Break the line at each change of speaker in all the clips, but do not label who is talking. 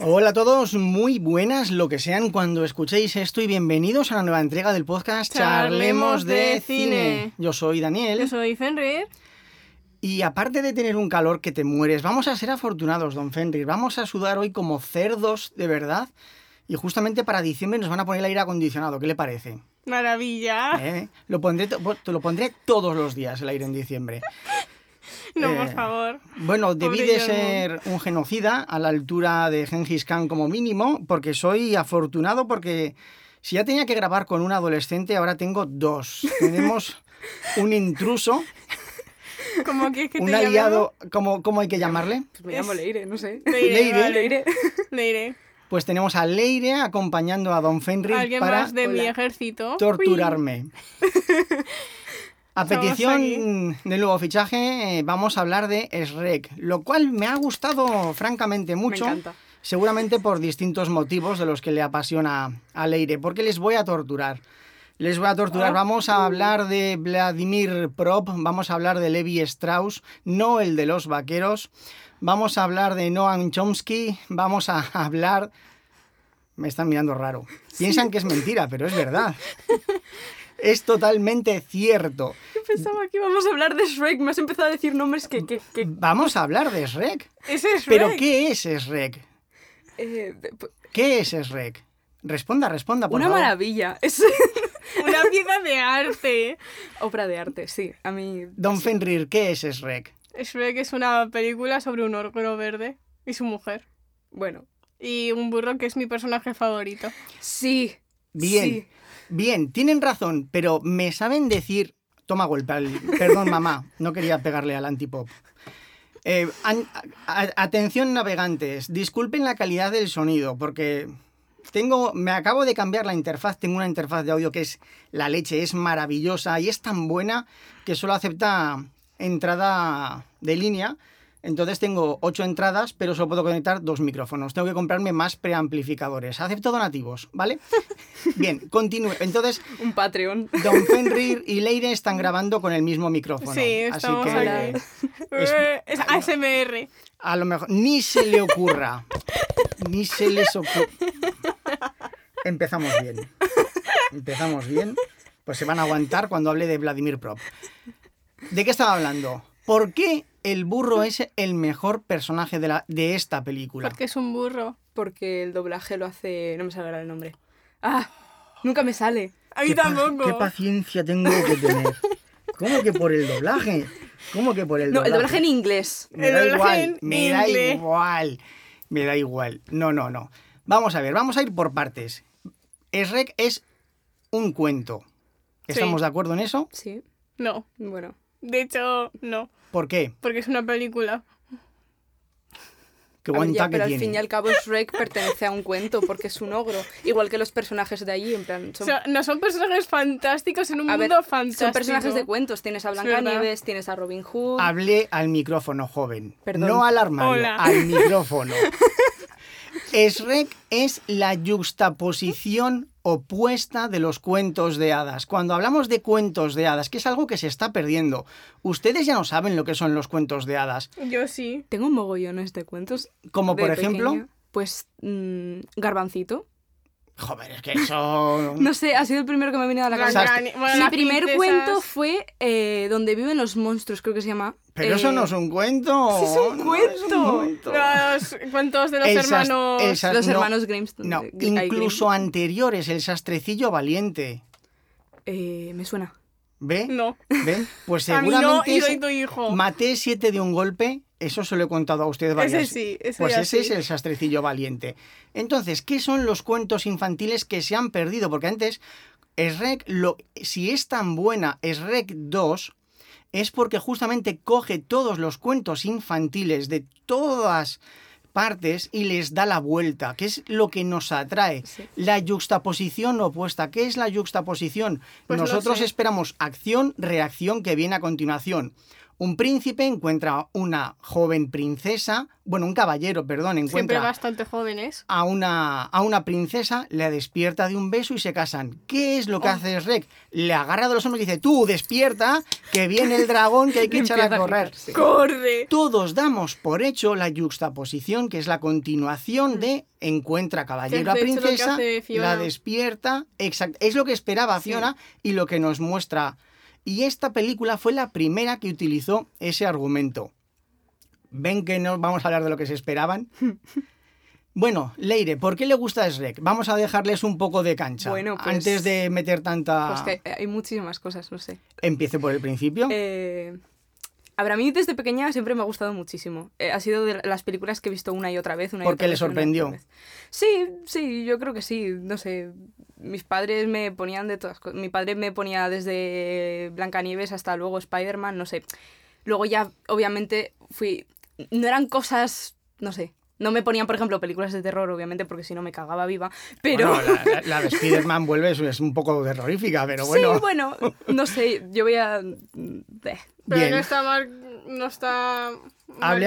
Hola a todos, muy buenas lo que sean cuando escuchéis esto y bienvenidos a la nueva entrega del podcast
Charlemos de Cine.
Yo soy Daniel
Yo soy Fenrir.
y aparte de tener un calor que te mueres, vamos a ser afortunados, don Fenrir. Vamos a sudar hoy como cerdos de verdad y justamente para diciembre nos van a poner el aire acondicionado. ¿Qué le parece?
Maravilla.
¿Eh? Lo, pondré to- te lo pondré todos los días el aire en diciembre.
No,
eh,
por favor.
Bueno, debí
Pobre
de
John.
ser un genocida a la altura de Gengis Khan como mínimo, porque soy afortunado porque si ya tenía que grabar con un adolescente, ahora tengo dos. Tenemos un intruso,
Como que es que
un
te
aliado, ¿cómo, cómo hay que llamarle?
Pues me llamo
Es-
Leire, no sé.
llamaba- Leire,
Leire.
vale.
Leire.
Leire.
Pues tenemos a Leire acompañando a Don Fenrir
Alguien
para
más de mi
Hola.
ejército.
torturarme. A
Estamos
petición del nuevo fichaje eh, vamos a hablar de Shrek, lo cual me ha gustado francamente mucho.
Me encanta.
Seguramente por distintos motivos de los que le apasiona a Leire, porque les voy a torturar. Les voy a
Ah.
torturar. Vamos a hablar de Vladimir Prop, vamos a hablar de Levi Strauss, no el de los vaqueros. Vamos a hablar de Noam Chomsky, vamos a hablar. Me están mirando raro. Piensan que es mentira, pero es verdad. Es totalmente cierto.
Yo pensaba que íbamos a hablar de Shrek. Me has empezado a decir nombres que... que, que
Vamos a hablar de Shrek.
ese es
¿Pero
Shrek.
qué es Shrek?
Eh, de- p-
¿Qué es Shrek? Responda, responda, por
una
favor.
maravilla. Es
Una pieza de arte.
obra de arte, sí. A mí...
Don Fenrir, ¿qué es Shrek?
Shrek es una película sobre un ogro verde y su mujer.
Bueno.
Y un burro que es mi personaje favorito.
Sí.
Bien,
Sí.
bien, tienen razón, pero me saben decir. Toma golpe, al- perdón, mamá, no quería pegarle al antipop. Eh, an- a- a- atención, navegantes, disculpen la calidad del sonido, porque tengo, me acabo de cambiar la interfaz. Tengo una interfaz de audio que es la leche, es maravillosa y es tan buena que solo acepta entrada de línea. Entonces tengo ocho entradas, pero solo puedo conectar dos micrófonos. Tengo que comprarme más preamplificadores. Acepto donativos, ¿vale? Bien, continúe. Entonces,
Un Patreon.
Don Fenrir y Leire están grabando con el mismo micrófono.
sí, estamos
así que
aquí.
es-
Eh, Es, ASMR.
a lo mejor ni se le ocurra. ni se les ocurra. Empezamos bien. Empezamos bien. Pues se van a aguantar cuando hable de Vladimir Prop. ¿De qué estaba hablando? ¿Por qué el burro es el mejor personaje de, la- de esta película?
Porque es un burro.
Porque el doblaje lo hace... No me sale ahora el nombre. Ah, nunca me sale.
A mí
¿Qué, pa-
tampoco.
qué paciencia tengo que tener? ¿Cómo que por el doblaje? ¿Cómo que por el
No,
doblaje?
el doblaje en inglés.
Me
El
da
doblaje
igual,
en
me da
inglés.
igual, me da igual. No, no, no. Vamos a ver, vamos a ir por partes. Shrek es un cuento. ¿Estamos
Sí.
de acuerdo en eso?
Sí.
No.
Bueno.
De hecho, no.
¿Por qué?
Porque es una película.
Qué
A ver,
buen
Ah, ya,
taque
pero al
tiene.
fin y al cabo Shrek pertenece a un cuento porque es un ogro. Igual que los personajes de allí, en plan, son,
So- no son personajes fantásticos en un
a ver,
mundo fantástico.
son personajes de cuentos. Tienes a
Es
Blancanieves, tienes a Robin Hood.
Hablé al micrófono, joven.
Perdón.
No al armario,
Hola.
al micrófono. Shrek es la yuxtaposición opuesta de los cuentos de hadas. Cuando hablamos de cuentos de hadas, que es algo que se está perdiendo, ustedes ya no saben lo que son los cuentos de hadas.
Yo sí.
Tengo mogollones de este cuentos.
Como
de
por ejemplo...
pequeña. Pues mm, Garbancito.
Joder, es que eso.
No sé, ha sido el primero que me ha venido a la cabeza.
Blancas-
Blancani- bueno,
Mi
las
primer
princesas-
cuento fue eh, Donde viven los monstruos, creo que se llama.
Pero eso
Eh,
no es un cuento.
sí es un
no es un
cuento.
cuento.
Los cuentos de los
El sas-
hermanos.
el sas-
Los
no,
hermanos Grimston.
No, incluso anteriores, el sastrecillo valiente.
Eh, me suena.
¿Ve?
No.
¿Ve? Pues
A mí no,
seguramente.
y soy
ese-
tu hijo.
Maté siete de un golpe. Eso se lo he contado a usted varias
Ese sí, ese
Pues
ya
ese es
sí.
el sastrecillo valiente. Entonces, ¿qué son los cuentos infantiles que se han perdido? Porque antes, Shrek, lo, si es tan buena Shrek 2, es porque justamente coge todos los cuentos infantiles de todas partes y les da la vuelta, que es lo que nos atrae.
Sí.
La yuxtaposición opuesta. ¿Qué es la yuxtaposición?
Pues lo
Nosotros
sé.
esperamos acción, reacción que viene a continuación. Un príncipe encuentra una joven princesa, bueno, un caballero, perdón,
Siempre
encuentra
bastante jóvenes.
a una, a una princesa, la despierta de un beso y se casan. ¿Qué es lo
Oh.
que hace Shrek? Le agarra de los hombros y dice, tú despierta, que viene el dragón que hay que echar a correr.
¡Corre!
Todos damos por hecho la yuxtaposición, que es la
Mm.
continuación de encuentra caballero a
de hecho lo que
princesa,
hace Fiona.
la despierta, exacto, es lo que esperaba
Sí.
Fiona y lo que nos muestra. Y esta película fue la primera que utilizó ese argumento. Ven que no vamos a hablar de lo que se esperaban. Bueno, Leire, ¿por qué le gusta Shrek? Vamos a dejarles un poco de cancha
Bueno, pues-
antes de meter tanta.
Pues que hay, hay muchísimas cosas, no sé.
Empiece por el principio.
Eh, a ver, a mí desde pequeña siempre me ha gustado muchísimo. Eh, ha sido de las películas que he visto una y otra vez. Una y
Porque
otra
le
vez, una y otra
sorprendió.
vez. Sí, sí, yo creo que sí. No sé, mis padres me ponían de todas cosas. Mi padre me ponía desde Blancanieves hasta luego Spider-Man, no sé. Luego ya, obviamente, fui... No eran cosas, no sé. No me ponían, por ejemplo, películas de terror, obviamente, porque si no me cagaba viva. Pero...
Bueno, la, la- la de Spider-Man vuelve, es- es un poco terrorífica, pero bueno.
Sí, bueno, no sé, yo voy a... mm, Beh.
Pero
Bien.
no está mal. No está.
Hable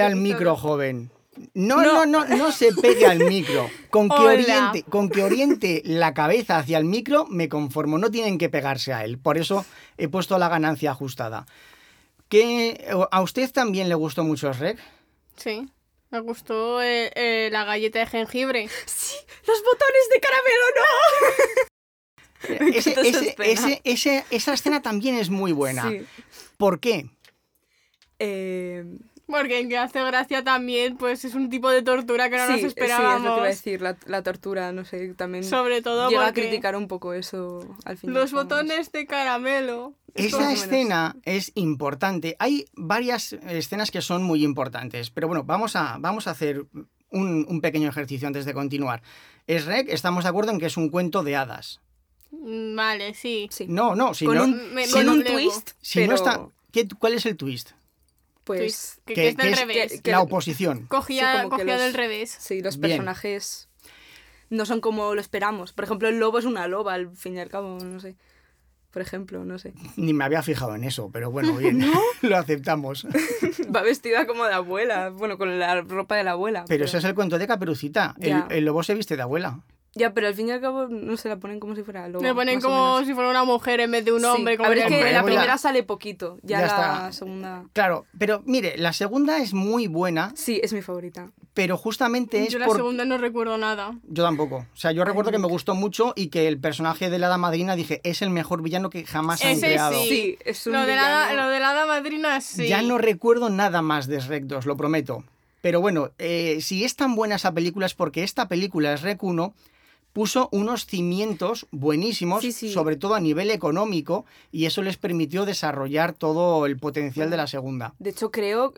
mal
al
dictado.
micro, joven. No, no,
No.
no, no se pegue al micro. Con que,
Hola.
oriente, con que oriente la cabeza hacia el micro, me conformo. No tienen que pegarse a él. Por eso he puesto la ganancia ajustada. ¿Que ¿A usted también le gustó mucho Shrek?
Sí. Me gustó eh, eh, la galleta de jengibre.
Sí, los botones de caramelo, no.
Ese-
encanta esa
ese-
escena.
ese- ese- esa escena también es muy buena.
Sí.
¿Por qué?
Eh,
Porque en que hace gracia también, pues es un tipo de tortura que no
sí, eh,
nos
sí, es lo que
esperábamos.
iba a decir, la, la tortura, no sé, también
Sobre todo
llega a
porque
criticar un poco eso al final.
los botones de caramelo. pues,
Esa
Más o menos.
escena es importante. Hay varias escenas que son muy importantes, pero bueno, vamos a, vamos a hacer un, un pequeño ejercicio antes de continuar. Shrek, estamos de acuerdo en que es un cuento de hadas.
Mm, Vale, sí.
Sí.
No, no, si
con
no, pues,
un,
me-
con
me
un
doblego.
twist,
si
pero
no está... ¿qué- ¿Cuál es el twist?
pues
Twist, que,
que-
que está
que
al
es-
revés.
que-
La oposición.
Cogía,
como que
cogía
los-
del revés.
sí, los
Bien.
personajes no son como lo esperamos. Por ejemplo, el lobo es una loba al fin y al cabo, no sé. Por ejemplo, no sé.
Ni me había fijado en eso, pero bueno, bien, lo aceptamos.
Va vestida como de abuela, bueno, con la ropa de la abuela.
Pero ese es el cuento de Caperucita. El,
Ya.
el lobo se viste de abuela.
Ya, pero al fin y al cabo no se la ponen como si fuera loba.
Me ponen
más o
como
menos.
si fuera una mujer en vez de un
Sí.
hombre. como
A ver, es
que-
que
Hombre,
la
voy a-
primera sale poquito,
Ya
ya, la
está.
segunda...
Claro, pero mire, la segunda es muy buena,
Sí, es mi favorita.
pero justamente es
Yo la
por...
segunda no recuerdo nada.
Yo tampoco. O sea, yo recuerdo que me gustó mucho y que el personaje de la hada madrina dije, es el mejor villano que jamás han
Ese
creado.
Sí.
Sí, es un
Lo de,
villano.
la, lo de la hada madrina, sí.
Ya no recuerdo nada más de Shrek 2, lo prometo. Pero bueno, eh, si es tan buena esa película es porque esta película, Shrek 1, puso unos cimientos buenísimos,
Sí, sí.
sobre todo a nivel económico, y eso les permitió desarrollar todo el potencial de la segunda.
De hecho, creo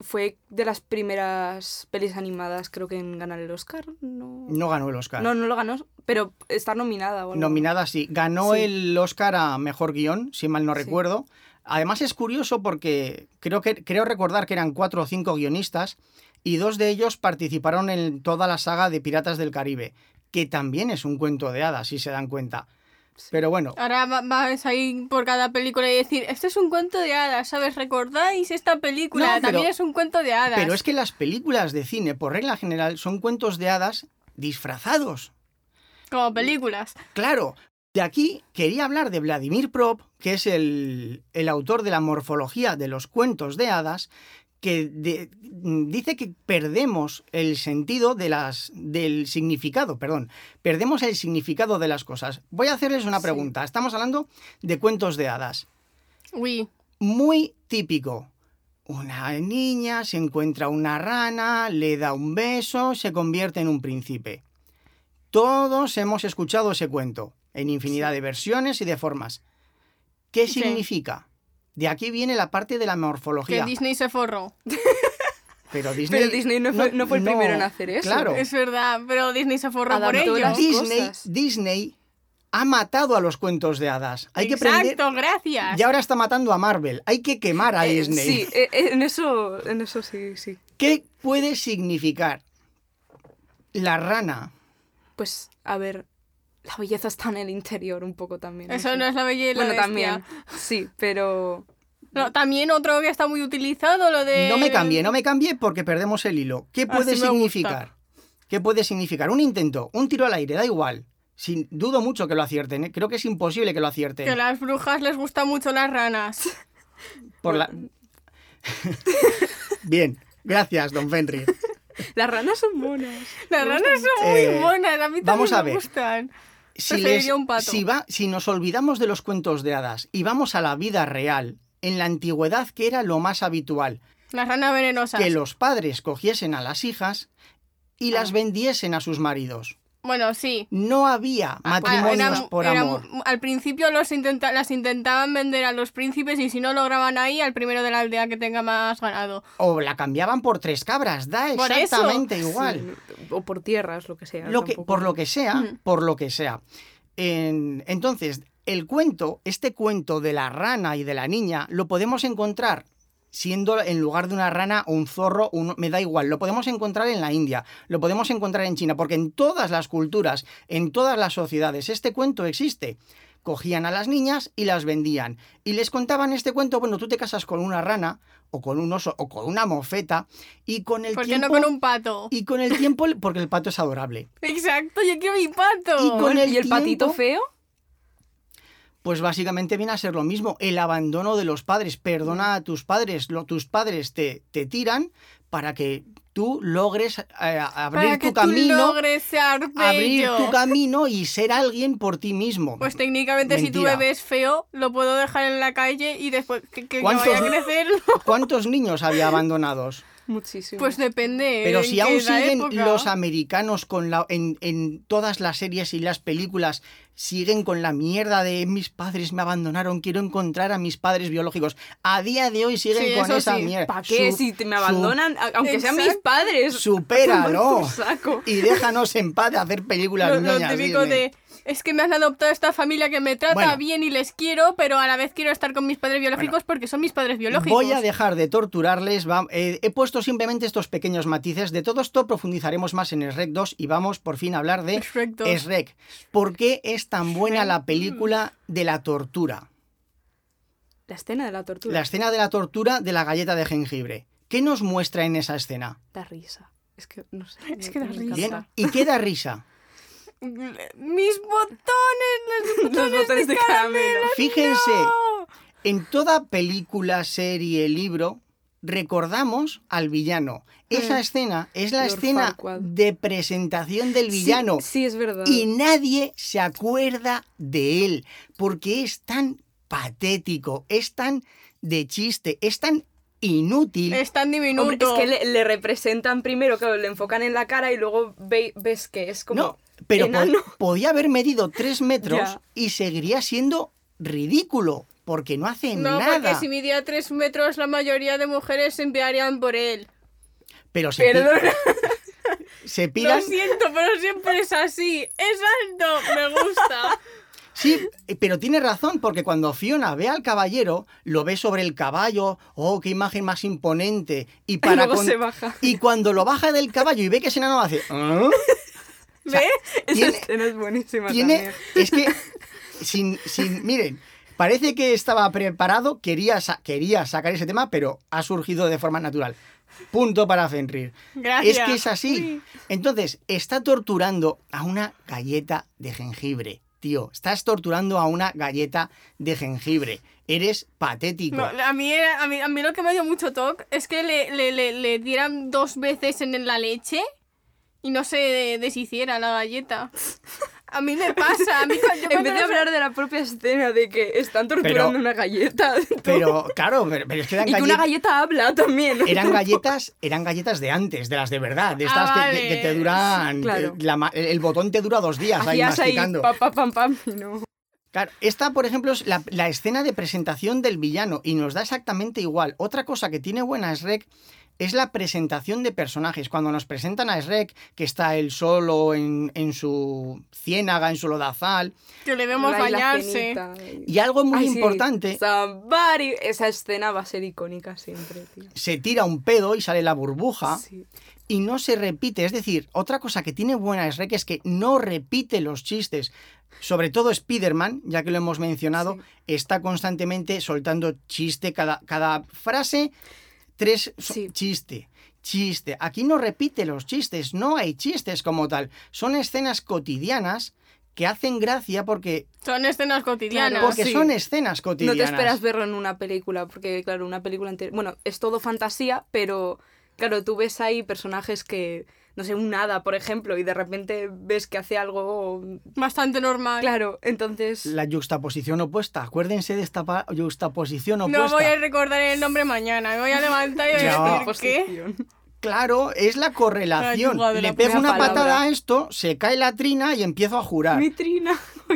fue de las primeras pelis animadas, creo que en ganar el Oscar. No,
No ganó el Oscar.
no, no lo ganó, pero está nominada o algo.
Nominada sí. Ganó
Sí.
el Oscar a Mejor Guión, si mal no
Sí.
recuerdo. Además es curioso porque creo, que, creo recordar que eran cuatro o cinco guionistas y dos de ellos participaron en toda la saga de Piratas del Caribe, que también es un cuento de hadas, si se dan cuenta. Pero bueno,
Ahora va- vas a ir por cada película y decir, esto es un cuento de hadas, ¿sabes? ¿Recordáis esta película?
No, pero-
También es un cuento de hadas.
pero es que las películas de cine, por regla general, son cuentos de hadas disfrazados.
Como películas.
Claro, de aquí quería hablar de Vladimir Prop, que es el, el autor de la morfología de los cuentos de hadas, que de- mm, dice que perdemos el sentido de las, del significado, perdón, perdemos el significado de las cosas. Voy a hacerles una
Sí.
pregunta. Estamos hablando de cuentos de hadas.
Uy,
Muy típico. Una niña se encuentra una rana, le da un beso, se convierte en un príncipe. Todos hemos escuchado ese cuento, en infinidad de versiones y de formas. ¿Qué
Sí.
significa? De aquí viene la parte de la
que
morfología.
Disney se forró.
Pero Disney,
Pero Disney no fue, no fue el
no,
primero en hacer eso.
Claro.
Es verdad, pero Disney se forró por
Adaptó
ello.
las-
Disney,
cosas.
Disney ha matado a los cuentos de hadas. Hay que prender-
Exacto, gracias.
Y ahora está matando a Marvel. Hay que quemar a
Eh,
Disney.
Sí, eh, eh, en eso, en eso sí, sí.
¿Qué puede significar la rana?
Pues, a ver, la belleza está en el interior un poco también.
Eso
sé.
no es la bella y la
Bueno,
bestia.
también. Sí, pero
No, también otro que está muy utilizado, lo de...
No me cambie, no me cambie porque perdemos el hilo. ¿Qué puede
Eh, Así me
significar? ¿Qué puede significar? Un intento, un tiro al aire, da igual. Sin, dudo mucho que lo acierten, ¿eh? creo que es imposible que lo acierten.
Que a las brujas les gustan mucho las ranas.
Por la... Bien, gracias, don Fenrir.
Las ranas son monas.
Las
Me
ranas son muy
Eh,
monas, a mí también
vamos a
me
ver.
gustan.
Si,
Preferiría
les-
un pato.
si va- si nos olvidamos de los cuentos de hadas y vamos a la vida real, en la antigüedad que era lo más habitual,
Las ranas venenosas.
que los padres cogiesen a las hijas y las vendiesen a sus maridos.
Bueno, sí.
No había
Ah, Bueno,
matrimonios
era mu-
por
era
amor.
mu- al principio los intenta- las intentaban vender a los príncipes y si no lograban ahí, al primero de la aldea que tenga más ganado.
O la cambiaban por tres cabras, da
Por eso.
exactamente
Sí,
igual.
o por tierras, lo que sea.
Lo que,
tampoco.
por lo que sea,
Mm.
por lo que sea. En- entonces, el cuento, este cuento de la rana y de la niña, lo podemos encontrar siendo en lugar de una rana un zorro, un- me da igual, lo podemos encontrar en la India, lo podemos encontrar en China, porque en todas las culturas, en todas las sociedades, este cuento existe. Cogían a las niñas y las vendían. Y les contaban este cuento, bueno, tú te casas con una rana o con un oso o con una mofeta y con el
¿Por qué
tiempo...
no con un pato?
Y con el tiempo, porque el pato es adorable.
Exacto, yo quiero mi pato.
Y con
¿Y
el
el patito
tiempo-
feo?
Pues básicamente viene a ser lo mismo, el abandono de los padres. Perdona a tus padres, lo- tus padres te, te tiran para que tú logres eh, abrir
Para
tu
que tú
camino,
logres ser
abrir
bello.
tu camino y ser alguien por ti mismo.
Pues técnicamente si tu
Mentira.
bebé es feo, lo puedo dejar en la calle y después que, que
¿Cuántos-
vaya a crecer,
¿Cuántos niños había abandonados?
Muchísimo.
pues depende.
Pero
en
si
qué
aún
edad,
siguen
época.
los americanos con la, en, en todas las series y las películas, siguen con la mierda de mis padres me abandonaron, quiero encontrar a mis padres biológicos. A día de hoy siguen
Sí,
con
eso
esa
sí.
mierda.
¿Para qué?
Su-
si te me
su-
abandonan, a- aunque sean mis
Exacto.
padres.
Supéralo.
Toma tu saco.
Y déjanos en paz de hacer películas
Lo, lo
ñoñas,
típico
Disney.
de, es que me han adoptado esta familia que me trata
Bueno.
bien y les quiero, pero a la vez quiero estar con mis padres biológicos porque son mis padres biológicos.
Voy a dejar de torturarles. va- eh, he puesto simplemente estos pequeños matices. De todo esto profundizaremos más en Shrek 2 y vamos por fin a hablar de
Perfecto. Mm.
Shrek. ¿Por qué es tan buena la película de la tortura?
La escena de la tortura.
La escena de la tortura de la galleta de jengibre. ¿Qué nos muestra en esa escena?
Da risa. Es que no sé.
Es
me-
que da
me
risa.
Bien.
encanta.
¿Y qué da risa?
Mis botones, los
Los
botones
botones de caramelo.
Fíjense,
no.
en toda película, serie, libro, recordamos al villano. Esa
Mm.
escena es la
Lord
escena
Farquaad.
de presentación del
Sí,
villano
Sí, es verdad.
y nadie se acuerda de él porque es tan patético, es tan de chiste, es tan inútil.
es tan diminuto.
Hombre, es que le, le representan primero, claro, le enfocan en la cara y luego ve- ves que es como.
No, pero po-
enano.
podía haber medido tres metros
Ya.
y seguiría siendo ridículo porque no hace
No, porque
nada.
si midía 3 metros, la mayoría de mujeres se enviarían por él.
Pero se, pi-
Perdona.
se piran.
Lo siento, pero siempre es así. Es alto, me gusta.
Sí, eh, pero tiene razón, porque cuando Fiona ve al caballero, lo ve sobre el caballo, oh, qué imagen más imponente. Y, para
luego
con-
se baja.
y cuando lo baja del caballo y ve que ese enano hace... "¿Ah?",
¿Ves?
Esa
tiene-
escena es buenísima
tiene...
también.
Es que, sin, sin- miren, parece que estaba preparado, quería, sa- quería sacar ese tema, pero ha surgido de forma natural. Punto para Fenrir.
Gracias.
Es que es así. Entonces, está torturando a una galleta de jengibre. Tío, estás torturando a una galleta de jengibre. Eres patético.
No, a, mí era- a, mí, a mí lo que me dio mucho toque es que le, le, le- le dieran dos veces en la leche y no se deshiciera la galleta. A mí me pasa. A mí, cuando- yo
En
cuando
vez de
lo-
hablar de la propia escena de que están torturando
Pero-
una galleta. tú.
Pero, claro, pero, pero es que eran,
y que una
gallet-
galleta habla también. ¿no?
eran galletas. Eran galletas de antes, de las de verdad, de estas
Ah,
que-
vale.
que, que te duran.
Claro.
la ma- el botón te dura dos días ahí
Hacías ahí
masticando.
pam, pam, pam, pam, y no.
Claro, esta, por ejemplo, es la, la escena de presentación del villano y nos da exactamente igual. Otra cosa que tiene buena Shrek es la presentación de personajes. Cuando nos presentan a Shrek, que está él solo en, en su ciénaga, en su lodazal,
que le vemos
Ahí la
bañarse.
cenita, y-
y algo muy
Ay, sí,
importante,
somebody. Esa escena va a ser icónica siempre, tío.
se tira un pedo y sale la burbuja.
Sí.
y no se repite. Es decir, otra cosa que tiene buena Shrek es que no repite los chistes. Sobre todo Spider-Man, ya que lo hemos mencionado, está constantemente soltando chiste cada, cada frase, tres so-
Sí.
chiste. Chiste. Aquí no repite los chistes, no hay chistes como tal. Son escenas cotidianas que hacen gracia porque,
Son escenas cotidianas.
porque
Ah, sí.
son escenas
No
cotidianas.
te esperas verlo en una película, porque claro, una película entera... Bueno, es todo fantasía, pero claro, tú ves ahí personajes que, no sé, un hada, por ejemplo, y de repente ves que hace algo...
Bastante normal.
Claro, entonces...
La yuxtaposición opuesta. Acuérdense de esta pa- yuxtaposición opuesta.
No voy a recordar el nombre mañana. Me voy a levantar y voy
No.
a decir qué.
Posición.
Claro, es la correlación.
Ayuda de la
Le pego
primera
una patada
palabra.
a esto, se cae la trina y empiezo a jurar.
Mi trina.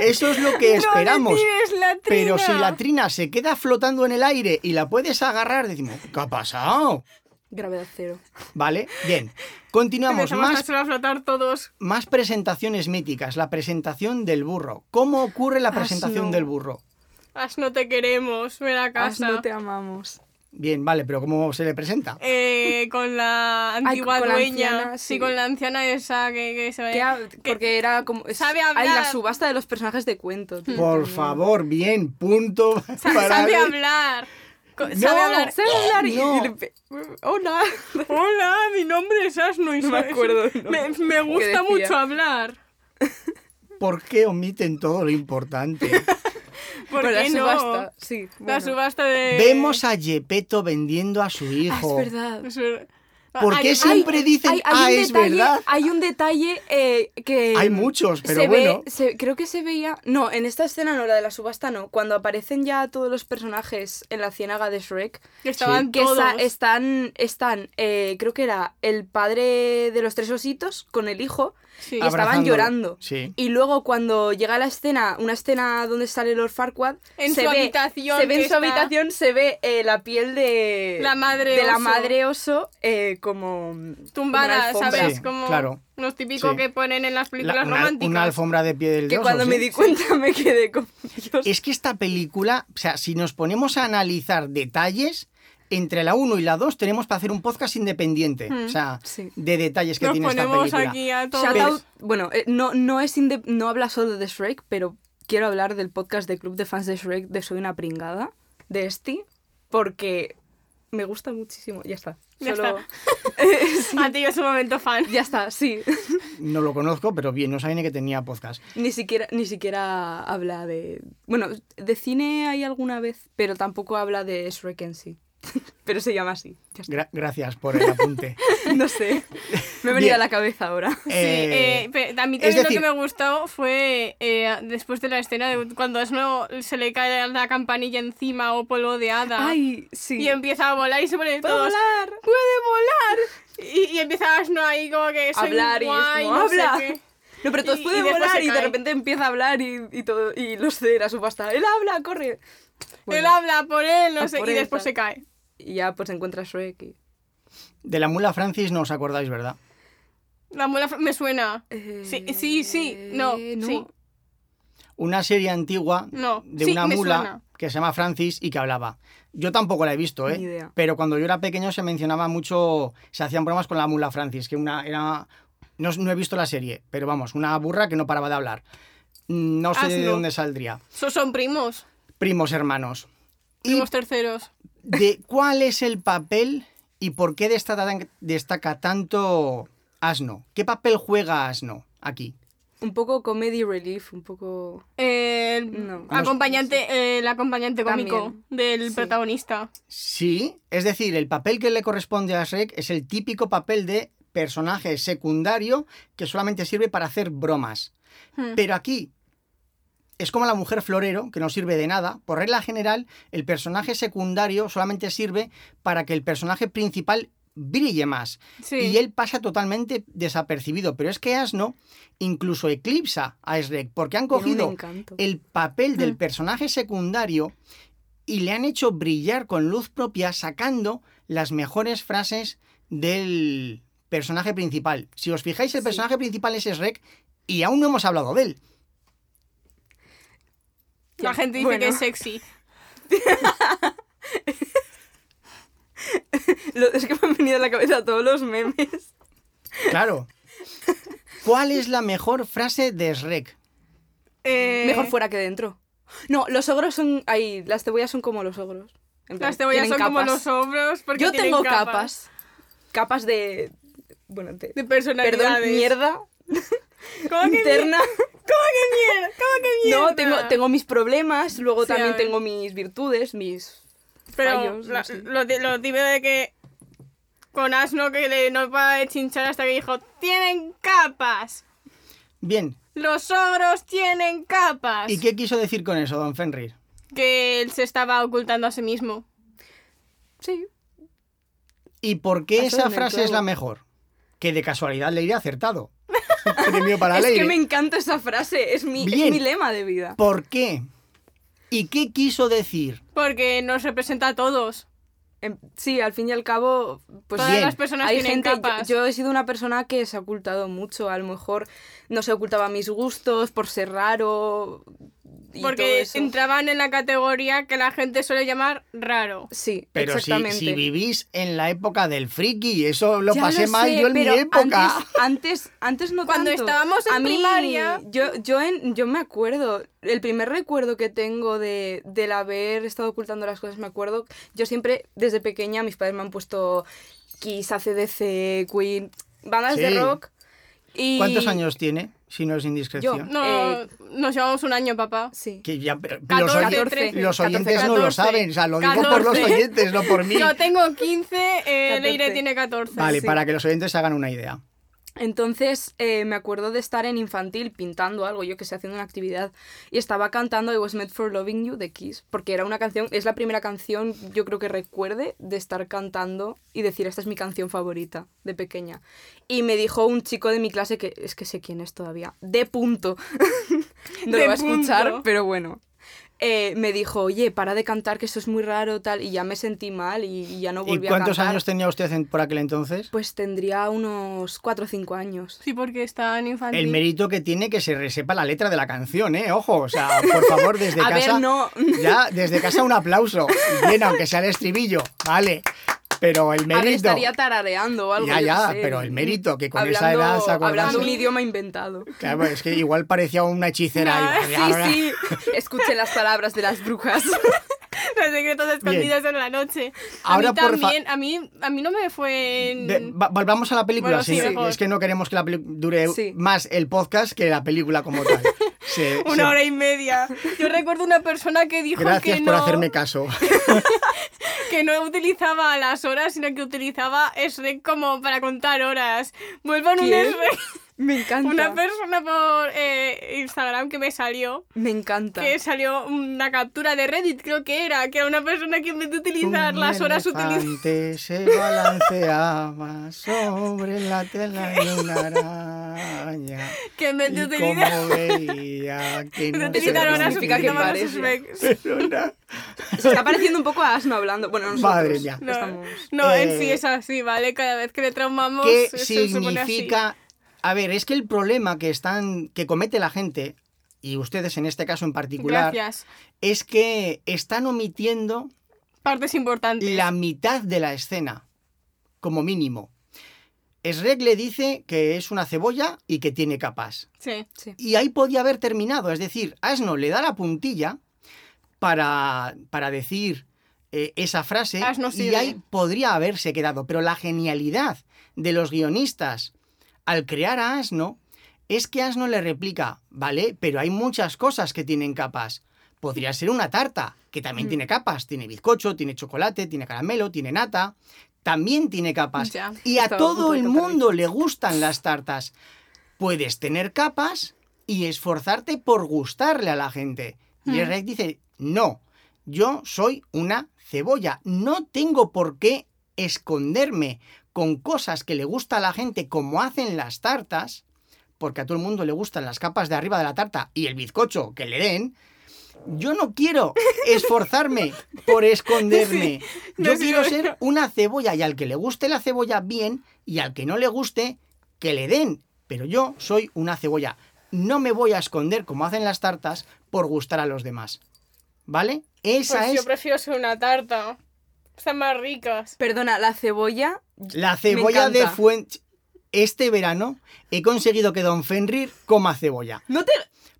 Eso es lo que
No
esperamos.
le tires la
Pero
trina.
si la trina se queda flotando en el aire y la puedes agarrar, decimos, ¿qué ha pasado?
Gravedad cero.
Vale, bien. Continuamos.
Empezamos a
Más,
hacer a flotar todos.
más presentaciones míticas. La presentación del burro. ¿Cómo ocurre la
Ah, sí,
presentación
no.
del burro?
As no te queremos, ven a
As
casa.
no te amamos.
Bien, vale, pero ¿cómo se le presenta?
Eh, con la
Ay,
antigua
con la
dueña.
anciana,
sí.
sí.
con la anciana esa que, que se ve.
Que ha- porque era como... es-
sabe
Ay, la
hablar.
subasta de los personajes de cuento.
Eh,
tío,
Por
también.
favor, bien, punto.
Sa-
para
sabe
mí.
hablar. Co-
No.
Sabe hablar.
Sabe hablar y-
No.
y de pe- Hola.
Hola, mi nombre es Asno y
No me
soy-
acuerdo del
Me,
nombre.
me gusta
decía?
mucho hablar.
¿Por qué omiten todo lo importante?
¿Por
Pero
qué
la
no?
subasta, sí.
La
bueno.
subasta de.
Vemos a Gepetto vendiendo a su
Ah,
hijo.
es verdad.
Ah, Es ver-
¿Por
Ay,
qué
ay,
siempre dicen, ah,
un
es
detalle-
verdad?
Hay un detalle eh, que...
Hay muchos, pero
se ve-
bueno.
se- creo que se veía... No, en esta escena no, la de la subasta no. Cuando aparecen ya todos los personajes en la ciénaga de Shrek,
Que estaban
que
todos.
esa- están, están eh, creo que era el padre de los tres ositos con el hijo,
Sí.
y estaban
Abrazándolo.
llorando.
Sí.
Y luego cuando llega la escena, una escena donde sale Lord Farquaad,
En
se
su
ve,
habitación
se ve
que
en su
está-
habitación, se ve eh, la piel de
La madre
de la
oso.
madre oso eh, como
Tumbada,
como una alfombra.
¿sabes?
Sí,
como
claro.
los típicos
Sí.
que ponen en las películas
La- una,
románticas.
una alfombra de piel del
Que
oso,
cuando
sí.
me di cuenta me quedé con
Es que esta película, o sea, si nos ponemos a analizar detalles, entre la 1 y la 2 tenemos para hacer un podcast independiente.
Mm.
O sea,
Sí.
de detalles que
Nos
tiene esta
ponemos
película.
aquí a todos.
Shout out- bueno, eh, no, no, es inde- no habla solo de Shrek, pero quiero hablar del podcast de Club de Fans de Shrek de Soy una pringada, de Esti, porque me gusta muchísimo. Ya está.
Ya
Solo-
A ti es un momento fan.
ya está, sí.
No lo conozco, pero bien, no sabía ni que tenía podcast.
Ni siquiera, ni siquiera habla de... Bueno, de cine hay alguna vez, pero tampoco habla de Shrek en sí. pero se llama así. Ya está.
Gra- gracias por el apunte.
No sé. Me ha venido
Bien.
a la cabeza ahora.
Sí,
Eh,
eh, pe- a mí
es
también lo
decir-
que me gustó fue eh, después de la escena de cuando es nuevo se le cae la campanilla encima o polvo de hada
Ay, sí.
y empieza a volar y se pone
¿Puedo
todos
hablar?
¡Puede volar! Y, y empieza Asno ahí como que soy
hablar y es
guay,
como,
no sé
habla.
qué.
No, pero
Y-
todos
y
pueden
después
volar
se
y de
cae.
repente empieza a hablar y, y todo y los de la subasta. Él habla, corre. Bueno,
Él habla por él, no
Ah,
sé,
por
y
él,
después
tal.
se cae.
Y ya pues encuentra a Shrek y...
De la mula Francis no os acordáis, ¿verdad?
La mula fr- me suena. Sí, sí, sí, no,
Eh,
sí.
una serie antigua
No,
de
sí,
una
me
mula
suena.
que se llama Francis y que hablaba. Yo tampoco la he visto, ¿eh?
Ni idea.
Pero cuando yo era pequeño se mencionaba mucho, se hacían bromas con la mula Francis, que una era no, no he visto la serie, pero vamos, una burra que no paraba de hablar. No sé de
Hazlo.
dónde saldría.
So- son primos,
Primos hermanos. ¿Y
primos terceros.
de cuál es el papel y por qué destaca, tan- destaca tanto Asno? ¿Qué papel juega Asno aquí?
Un poco comedy relief, un poco...
El
No.
acompañante, eh, el acompañante cómico
También,
del
sí.
protagonista.
Sí, es decir, el papel que le corresponde a Shrek es el típico papel de personaje secundario que solamente sirve para hacer bromas.
Hmm.
Pero aquí es como la mujer florero, que no sirve de nada. Por regla general, el personaje secundario solamente sirve para que el personaje principal brille más.
Sí.
Y él pasa totalmente desapercibido. Pero es que Asno incluso eclipsa a Shrek, porque han
Tiene un
cogido
encanto.
el papel del
Ah.
Mm.
personaje secundario y le han hecho brillar con luz propia sacando las mejores frases del personaje principal. Si os fijáis, el
Sí.
personaje principal es Shrek y aún no hemos hablado de él.
La gente dice
Bueno.
que es sexy.
Lo- es que me han venido a la cabeza todos los memes.
Claro. ¿Cuál es la mejor frase de Shrek?
Eh,
Mejor fuera que dentro. No, los ogros son. Ahí, las cebollas son como los ogros. En plan,
Las cebollas son
tienen
como
capas.
los hombros porque
Yo
tienen
tengo capas. Capas de. Bueno, de-
De
perdón,
personalidades.
mierda.
¿Cómo que mierda?
Interna.
¿Cómo que mierda? ¿Cómo que mierda?
No, tengo, tengo mis problemas, luego
Sí, a
también
ver.
tengo mis virtudes, mis.
Pero
fallos,
la-
no sé.
lo, ti- lo típico de que con Asno que le, no para de chinchar hasta que dijo, tienen capas.
Bien.
Los ogros tienen capas.
¿Y qué quiso decir con eso, don Fenrir?
Que él se estaba ocultando a sí mismo.
Sí.
¿Y por qué
Has dado
esa
en el
frase es
clavo.
la mejor? Que de casualidad le iré acertado. Premio para
es
Leire.
que me encanta esa frase, es mi, es
Bien.
mi lema de vida.
¿Por qué? ¿Y qué quiso decir?
Porque nos representa a todos.
En- Em, sí, al fin y al cabo, pues
Todas
Bien.
las personas
hay
tienen
gente. yo-
capas.
Yo, he sido una persona que se ha ocultado mucho. A lo mejor no se ocultaba mis gustos por ser raro. Y todo
porque
eso.
entraban en la categoría que la gente suele llamar raro.
Sí,
Pero si,
exactamente.
si vivís en la época del friki, eso lo
Ya
pasé
sé,
mal yo en mi
pero
época.
Antes, antes, antes no
Cuando
tanto.
estábamos en
A mí,
primaria-
Yo, yo, en- yo me acuerdo, el primer recuerdo que tengo de, del haber estado ocultando las cosas, me acuerdo, yo siempre, desde pequeña, mis padres me han puesto Kiss, ACDC, Queen, bandas
Sí.
de rock. Y...
¿Cuántos años tiene? Si no es indiscreción.
No,
Eh,
nos llevamos un año, papá.
Sí.
Que ya- pero los,
14,
oyen-
13,
los oyentes
14,
no lo
14,
saben, o sea, lo digo por los
14.
oyentes, no por mí.
Yo tengo 15, eh, Leire
14.
tiene 14.
Vale,
sí.
para que los oyentes se hagan una idea.
Entonces eh, me acuerdo de estar en infantil pintando algo, yo que sé, haciendo una actividad, y estaba cantando I Was Made for Loving You de Kiss, porque era una canción, es la primera canción yo creo que recuerde de estar cantando y decir esta es mi canción favorita de pequeña. Y me dijo un chico de mi clase que es que sé quién es todavía, de punto. no
De
lo va a escuchar,
punto.
pero bueno. Eh, me dijo, oye, para de cantar, que eso es muy raro, tal, y ya me sentí mal y, y ya no
¿Y
volví
cuántos
a cantar.
años tenía usted en- por aquel entonces?
Pues tendría unos 4 o 5 años.
Sí, porque está en infantil.
El mérito que tiene que se resepa la letra de la canción, ¿eh? Ojo, o sea, por favor, desde
A
casa.
ver, no.
Ya, desde casa un aplauso. Bien, aunque sea el estribillo, vale. Pero el
A ver,
mérito.
estaría tarareando o algo.
Ya,
yo
ya,
no sé.
pero el mérito, que con
hablando,
esa edad se acordase.
Hablando un idioma inventado.
Claro, es que igual parecía una hechicera.
No,
y-
Sí, sí, escuché las palabras de las brujas.
Los secretos escondidos en la noche. A
Ahora,
mí
por fa-
también, a mí, a mí no me fue en...
De- va- volvamos a la película,
Bueno,
sí.
sí, mejor.
Es que no queremos que la peli- dure
Sí.
más el podcast que la película como tal. Se- se-
Una hora y media. Yo recuerdo una persona que dijo
Gracias
que,
por
no,
hacerme caso.
que no utilizaba las horas, sino que utilizaba Shrek como para contar horas. Vuelvan un
¿Quién?
Shrek.
Me encanta.
Una persona por eh, Instagram que me salió,
Me encanta.
que salió una captura de Reddit, creo que era, que era una persona que en vez de utilizar
Un
las horas utilizaba...
elefante se balanceaba sobre la tela de una araña.
Que en vez de
Y
utilizar...
como veía que no
Eso
utilizar horas
significa que
utilizaba los
parece.
Shrek.
pero na-
Se está pareciendo un poco a Asno hablando. Bueno, nosotros
Madre mía.
No,
estamos-
no, en sí
Eh,
es así, ¿vale? Cada vez que le traumamos
¿Qué
se- se supone así.
significa? A ver, es que el problema que están, que comete la gente, y ustedes en este caso en particular,
Gracias.
es que están omitiendo
Partes importantes.
la mitad de la escena, como mínimo. Shrek le dice que es una cebolla y que tiene capas.
Sí.
Y ahí podía haber terminado, es decir, Asno le da la puntilla para, para decir eh, esa frase
Asno eh.
y
sigue.
ahí podría haberse quedado. Pero la genialidad de los guionistas al crear a Asno es que Asno le replica, ¿vale? Pero hay muchas cosas que tienen capas. Podría ser una tarta, que también
Mm.
tiene capas. Tiene bizcocho, tiene chocolate, tiene caramelo, tiene nata. También tiene capas.
Ya.
Y a
Estaba a punto
todo
de
el
tocar
mundo le gustan las tartas. Puedes tener capas y esforzarte por gustarle a la gente.
Mm.
Y el
Hmm.
Rex dice, no, yo soy una cebolla. No tengo por qué esconderme con cosas que le gusta a la gente como hacen las tartas, porque a todo el mundo le gustan las capas de arriba de la tarta y el bizcocho que le den. Yo no quiero esforzarme por esconderme.
no,
Yo
sí,
quiero
lo
ser
veo.
una cebolla y al que le guste la cebolla bien y al que no le guste, que le den. Pero yo soy una cebolla. No me voy a esconder como hacen las tartas por gustar a los demás. ¿Vale? Esa
Pues yo
es
prefiero ser una tarta. Están más ricas.
Perdona, la cebolla.
La
me
cebolla de
encanta.
Fuente. Este verano he conseguido que Don Fenrir coma cebolla.
No te.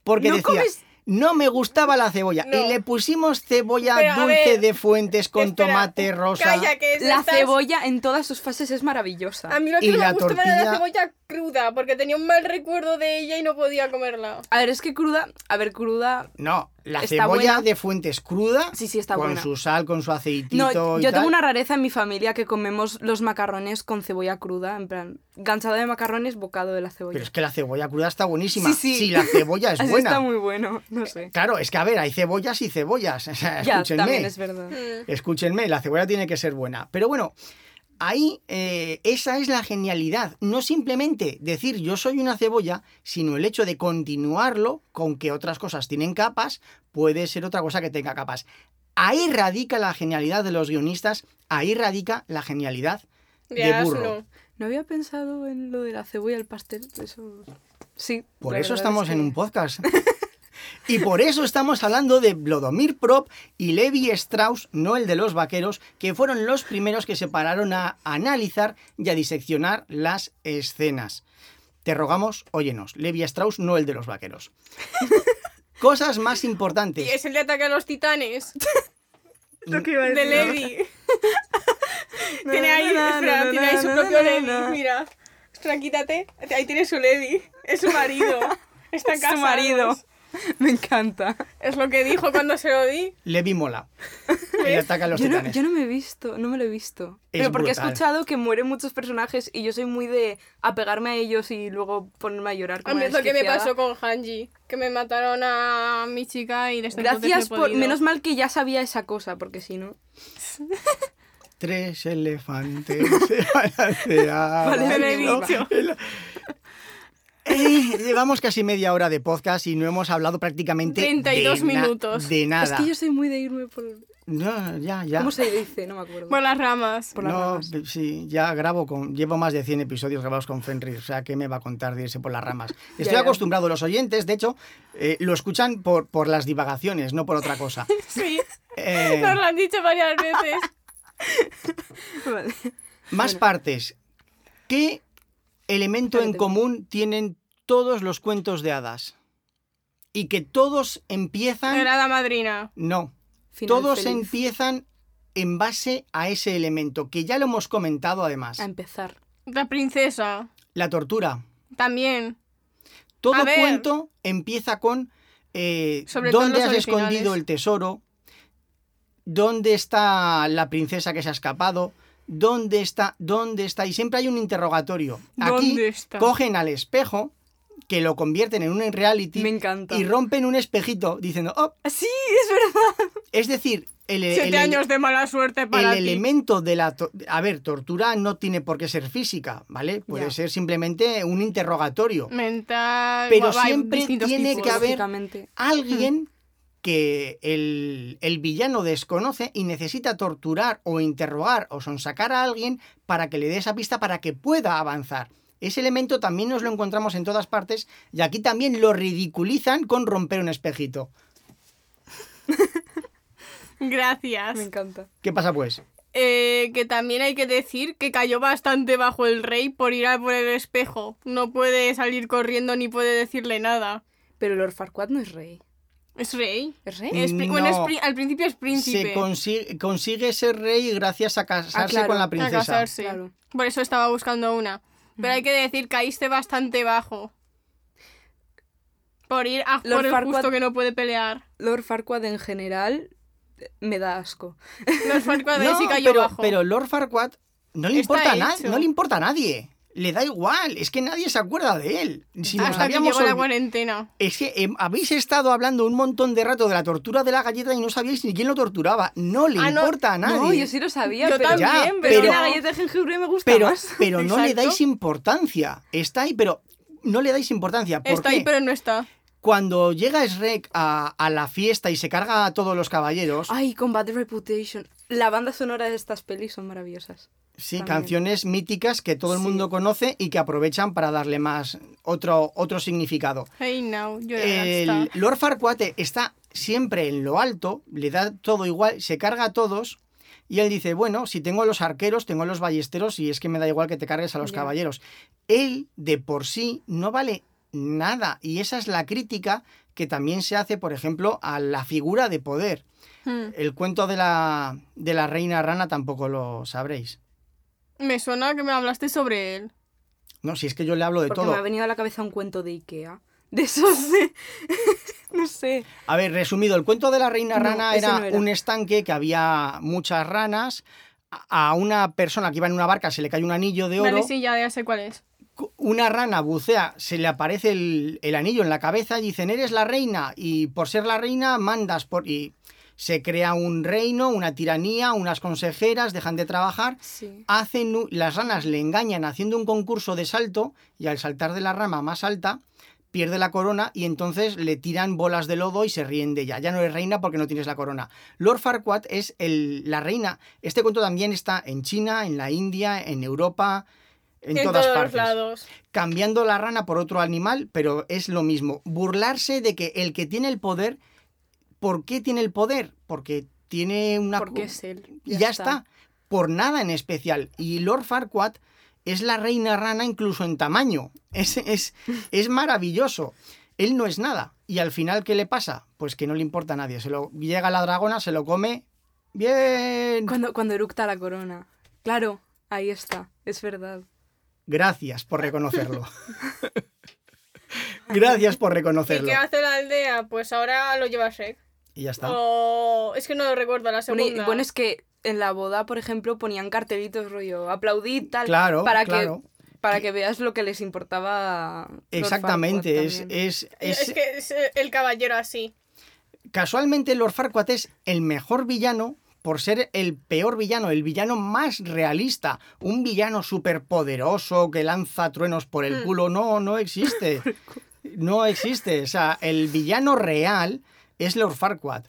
Porque
No
decía,
comes-
no me gustaba la cebolla.
No.
Y le pusimos cebolla
Pero, a
dulce
ver,
de fuentes con
Espera,
tomate rosa.
Calla, que es
La
estás-
cebolla en todas sus fases es maravillosa.
A mí lo que
Y
no me
la
gustaba era la
tortilla-
cebolla cruda, porque tenía un mal recuerdo de ella y no podía comerla.
A ver, es que cruda. A ver, cruda.
No, la
Está
cebolla
buena.
de fuentes cruda.
Sí, sí, está
con
buena.
su sal, con su aceitito.
No, yo
y
tengo
tal.
una rareza en mi familia que comemos los macarrones con cebolla cruda. En plan, ganchada de macarrones, bocado de la cebolla.
Pero es que la cebolla cruda está buenísima.
Sí, sí.
Si la cebolla es
Así
buena.
está muy bueno. No sé.
Claro, es que a ver, hay cebollas y cebollas. O sea,
Ya,
escúchenme.
también es verdad.
Mm.
Escúchenme, la cebolla tiene que ser buena. Pero bueno, ahí eh, esa es la genialidad. No simplemente decir yo soy una cebolla, sino el hecho de continuarlo con que otras cosas tienen capas, puede ser otra cosa que tenga capas. Ahí radica la genialidad de los guionistas, ahí radica la genialidad. De
Ya,
burro.
no.
No había pensado en lo de la cebolla y el pastel. Eso. Sí.
Por
la
eso
verdad
estamos
es
en
que-
un podcast. Y por eso estamos hablando de Blodomir Prop y Levi Strauss, no el de los vaqueros, que fueron los primeros que se pararon a analizar y a diseccionar las escenas. Te rogamos, óyenos. Levi Strauss, no el de los vaqueros. Cosas más
Y
importantes.
es el de ataque a los titanes.
Lo que iba a
de
decir ahora.
Levi. tiene ahí,
Na, na,
espera,
na,
tiene
na,
ahí su
na,
propio
na,
Levi.
na.
Mira. Espera, quítate. Ahí tiene su Levi. Es su marido. Está
Es
casados.
su marido. Me encanta.
Es lo que dijo cuando se lo di.
Levi mola. Le ataca a los
yo, no,
titanes.
yo no me he visto, no me lo he visto.
Es
Pero porque he
brutal.
escuchado que mueren muchos personajes y yo soy muy de apegarme a ellos y luego ponerme a llorar.
A
Como
mí
una
es lo que me
desquiciada.
pasó con Hanji. Que me mataron a mi chica y les
Gracias por. Menos mal que ya sabía esa cosa, porque si no.
Tres elefantes se balanceaban.
Vale,
Te lo he
Ay, no.
dicho.
Eh, llevamos casi media hora de podcast y no hemos hablado prácticamente
32
de na-
minutos.
de nada.
Es que yo soy muy de irme por.
No, ya, ya.
¿Cómo se dice? No me acuerdo.
Por las ramas.
Por las
No,
ramas.
pe- sí, ya grabo con. Llevo más de 100 episodios grabados con Fenrir, o sea, ¿qué me va a contar de irse por las ramas? Estoy
ya.
acostumbrado, los oyentes, de hecho, eh, lo escuchan por, por las divagaciones, no por otra cosa.
Sí.
Eh,
Nos lo han dicho varias veces.
Vale.
más partes. ¿Qué elemento en
Espérate.
común tienen todos los cuentos de hadas? Y que todos empiezan.
Era la madrina.
No.
Final
todos
feliz.
empiezan en base a ese elemento, que ya lo hemos comentado además.
A empezar.
La princesa.
La tortura.
También.
Todo
A ver.
cuento empieza con eh,
Sobre todo
dónde
los
has escondido
originales.
el tesoro, dónde está la princesa que se ha escapado, dónde está, dónde está. Y siempre hay un interrogatorio. Aquí
¿Dónde está?
cogen al espejo, que lo convierten en un reality
Me encanta. Ah,
y rompen un espejito diciendo, "Oh".
Sí, es verdad.
es decir, el,
Siete
el-
años de mala suerte para
el
ti.
elemento de la... to- A ver, tortura no tiene por qué ser física, ¿vale? Puede
Ya.
ser simplemente un interrogatorio.
mental.
Pero
guau, hay
siempre
distintos
tiene
tipos.
que haber-
Lógicamente.
Alguien que el, el villano desconoce y necesita torturar o interrogar o sonsacar a alguien para que le dé esa pista para que pueda avanzar. Ese elemento también nos lo encontramos en todas partes y aquí también lo ridiculizan con romper un espejito.
Gracias.
Me encanta.
¿Qué pasa pues?
Eh, que también hay que decir que cayó bastante bajo el rey por ir a por el espejo. No puede salir corriendo ni puede decirle nada.
Pero Lord Farquaad no es rey.
¿Es rey?
¿Es rey?
Es pri- bueno, es
Mm, No.
pri- al principio es príncipe. Ah,
Se consigue, consigue ser rey gracias a casarse
claro,
con la
a
a
princesa.
casarse.
Claro.
Por eso estaba buscando una. Pero
Mm.
hay que decir, caíste bastante bajo. Por ir a
Lord
por el justo
Farquaad-
que no puede pelear.
Lord Farquaad en general eh, me da asco.
Los Farquaad ahí
No,
sí cayó
pero,
bajo.
pero Lord Farquaad no le,
Está
importa a na-
hecho.
no le importa a nadie. Le da igual, es que nadie se acuerda de él. Si nos
Hasta Ah, que
habíamos
llegó la
olvi-
cuarentena.
Es que em, habéis estado hablando un montón de rato de la tortura de la galleta y no sabíais ni quién lo torturaba. No le
Ah, no.
importa a nadie.
No, yo sí lo sabía,
Yo
pero,
también,
Ya,
pero,
pero es que
pero-
la galleta de jengibre me gusta
pero,
más.
pero no le
Exacto.
dais importancia. Está ahí, pero no le dais importancia. ¿Por
está
qué?
ahí, pero no está.
Cuando llega Shrek a, a la fiesta y se carga a todos los caballeros,
Ah,
Ay, Combat Reputation. La banda sonora de estas pelis son maravillosas.
Sí,
También.
canciones míticas que todo el
Sí.
mundo conoce y que aprovechan para darle más otro, otro significado.
Hey now, yo
El Lord Farquaad está siempre en lo alto, le da todo igual, se carga a todos Y él dice, bueno, si tengo a los arqueros, tengo a los ballesteros y es que me da igual que te cargues a los
Ya.
caballeros. Él de por sí no vale nada y esa es la crítica que también se hace, por ejemplo, a la figura de poder.
Hmm.
El cuento de la, de la reina rana tampoco lo sabréis.
Me suena que me hablaste sobre él.
No, si es que yo le hablo de
Porque
todo.
me ha venido a la cabeza un cuento de Ikea. De esos de... no sé.
A ver, resumido, el cuento de la reina
No,
rana
ese
era,
no era.
un estanque que había muchas ranas. A a una persona que iba en una barca se le cae un anillo de oro.
Vale, sí, ya, ya sé cuál es.
cu- una rana bucea, se le aparece el, el anillo en la cabeza y dicen, eres la reina, y por ser la reina mandas por... Y se crea un reino, una tiranía, unas consejeras, dejan de trabajar,
Sí.
hacen, u- las ranas le engañan haciendo un concurso de salto y al saltar de la rama más alta pierde la corona y entonces le tiran bolas de lodo y se ríen de ella. Ya no eres reina porque no tienes la corona. Lord Farquaad es el- la reina. Este cuento también está en China, en la India, en Europa, en, todas
todos
partes
los lados.
cambiando la rana por otro animal, pero es lo mismo. Burlarse de que el que tiene el poder, ¿por qué tiene el poder? Porque tiene una... cu-
Porque es él.
y ya, está. por nada en especial. Y Lord Farquaad es la reina rana incluso en tamaño. Es, es, es maravilloso. Él no es nada. Y al final, ¿qué le pasa? Pues que no le importa a nadie. Se lo llega la dragona, se lo come. Bien.
Cuando, cuando eructa la corona. Claro, ahí está. Es verdad.
Gracias por reconocerlo. Gracias por
¿Y
reconocerlo.
qué hace la aldea? Pues ahora lo lleva Shrek.
Y ya está.
O... Es que no lo recuerdo la
Bueno, y-
segunda.
bueno, es que en la boda, por ejemplo, ponían cartelitos rollo aplaudid tal
Claro,
para
claro.
que para que veas lo que les importaba a Lord
Exactamente,
Farquaad
es,
también.
es,
es...
es-
que es el caballero así.
casualmente Lord Farquaad es el mejor villano por ser el peor villano, el villano más realista, un villano superpoderoso que lanza truenos por el
Hmm.
culo, no, no existe. No existe, o sea, el villano real es Lord Farquaad.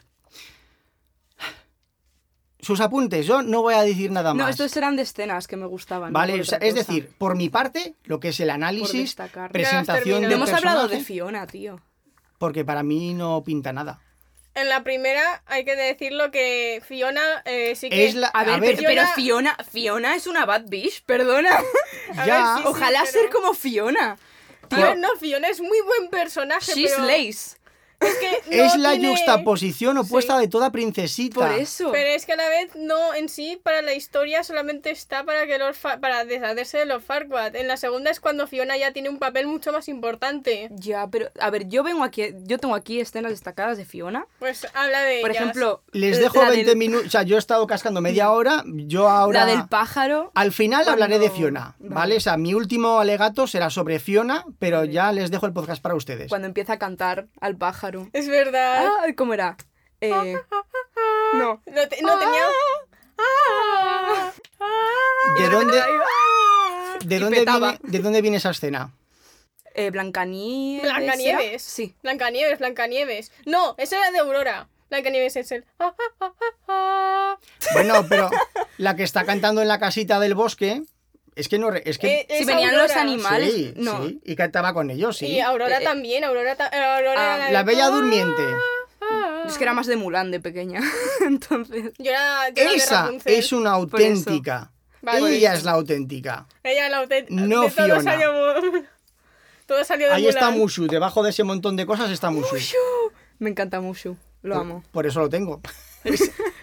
Sus apuntes, yo no voy a decir nada más.
No, estos eran de escenas que me gustaban. no
Vale,
por
o sea,
otra
es
cosa.
decir, por mi parte, lo que es el
por
análisis,
destacar.
Ya has
presentación
terminado.
de
Hemos hablado de
personaje,
Fiona, tío.
porque para mí no pinta nada.
En la primera hay que decirlo que Fiona eh, sí que...
Es la-
A ver,
ver,
pero, pero Fiona, Fiona es una bad bitch, perdona.
A
ya.
ver, sí, sí,
Ojalá
pero-
ser como Fiona.
A
Tío,
ver, no, Fiona es muy buen personaje,
she's
pero...
lace.
Es, que
es
no
la
tiene-
juxtaposición opuesta de toda princesita.
Por eso.
Pero es que a la vez no en sí para la historia solamente está para que los fa- para deshacerse de los Farquaad. En la segunda es cuando Fiona ya tiene un papel mucho más importante.
Ya, pero a ver, yo vengo aquí, yo tengo aquí escenas destacadas de Fiona.
Pues habla de
Por
ellas.
ejemplo,
Les
eh, la
dejo
del- Mm.
20 minutos. O sea, yo he estado cascando media hora. Yo ahora. Ah,
La del pájaro.
Al final
Cuando-
hablaré de Fiona, ¿vale?
Vale.
O sea, mi último alegato será sobre Fiona, pero
Vale.
ya les dejo el podcast para ustedes.
Cuando empieza a cantar al pájaro.
Es verdad.
Ah, ¿Cómo era? Eh, no.
No, te- no tenía
ah,
¿De dónde,
Y
de, dónde
petaba.
viene, ¿De dónde viene esa escena?
Eh, Blancanieves. ¿era?
Blancanieves.
Sí.
Blancanieves, Blancanieves. No, esa era de Aurora. Blancanieves es el. ah, ah, ah, ah, ah.
Bueno, pero la que está cantando en la casita del bosque. Es que no. re- Es que.
Eh,
Si
es
venían
Aurora.
los animales.
sí,
no.
sí, Y cantaba con ellos, sí.
Y Aurora
Eh,
también, Aurora, ta- Aurora
ah,
era
La
de-
Bella Durmiente.
Ah.
Es que era más de Mulan de pequeña. Entonces.
Yo era, yo era de
Esa
Rapunzel.
es una
Por eso.
auténtica.
Vale.
Ella es la auténtica.
Ella la auténtica.
No,
de
Fiona.
Todo salió, mu- todo salió de
Ahí está
Mulan.
Mushu, debajo de ese montón de cosas está Mushu.
Me encanta Mushu. Lo amo.
Por eso lo tengo.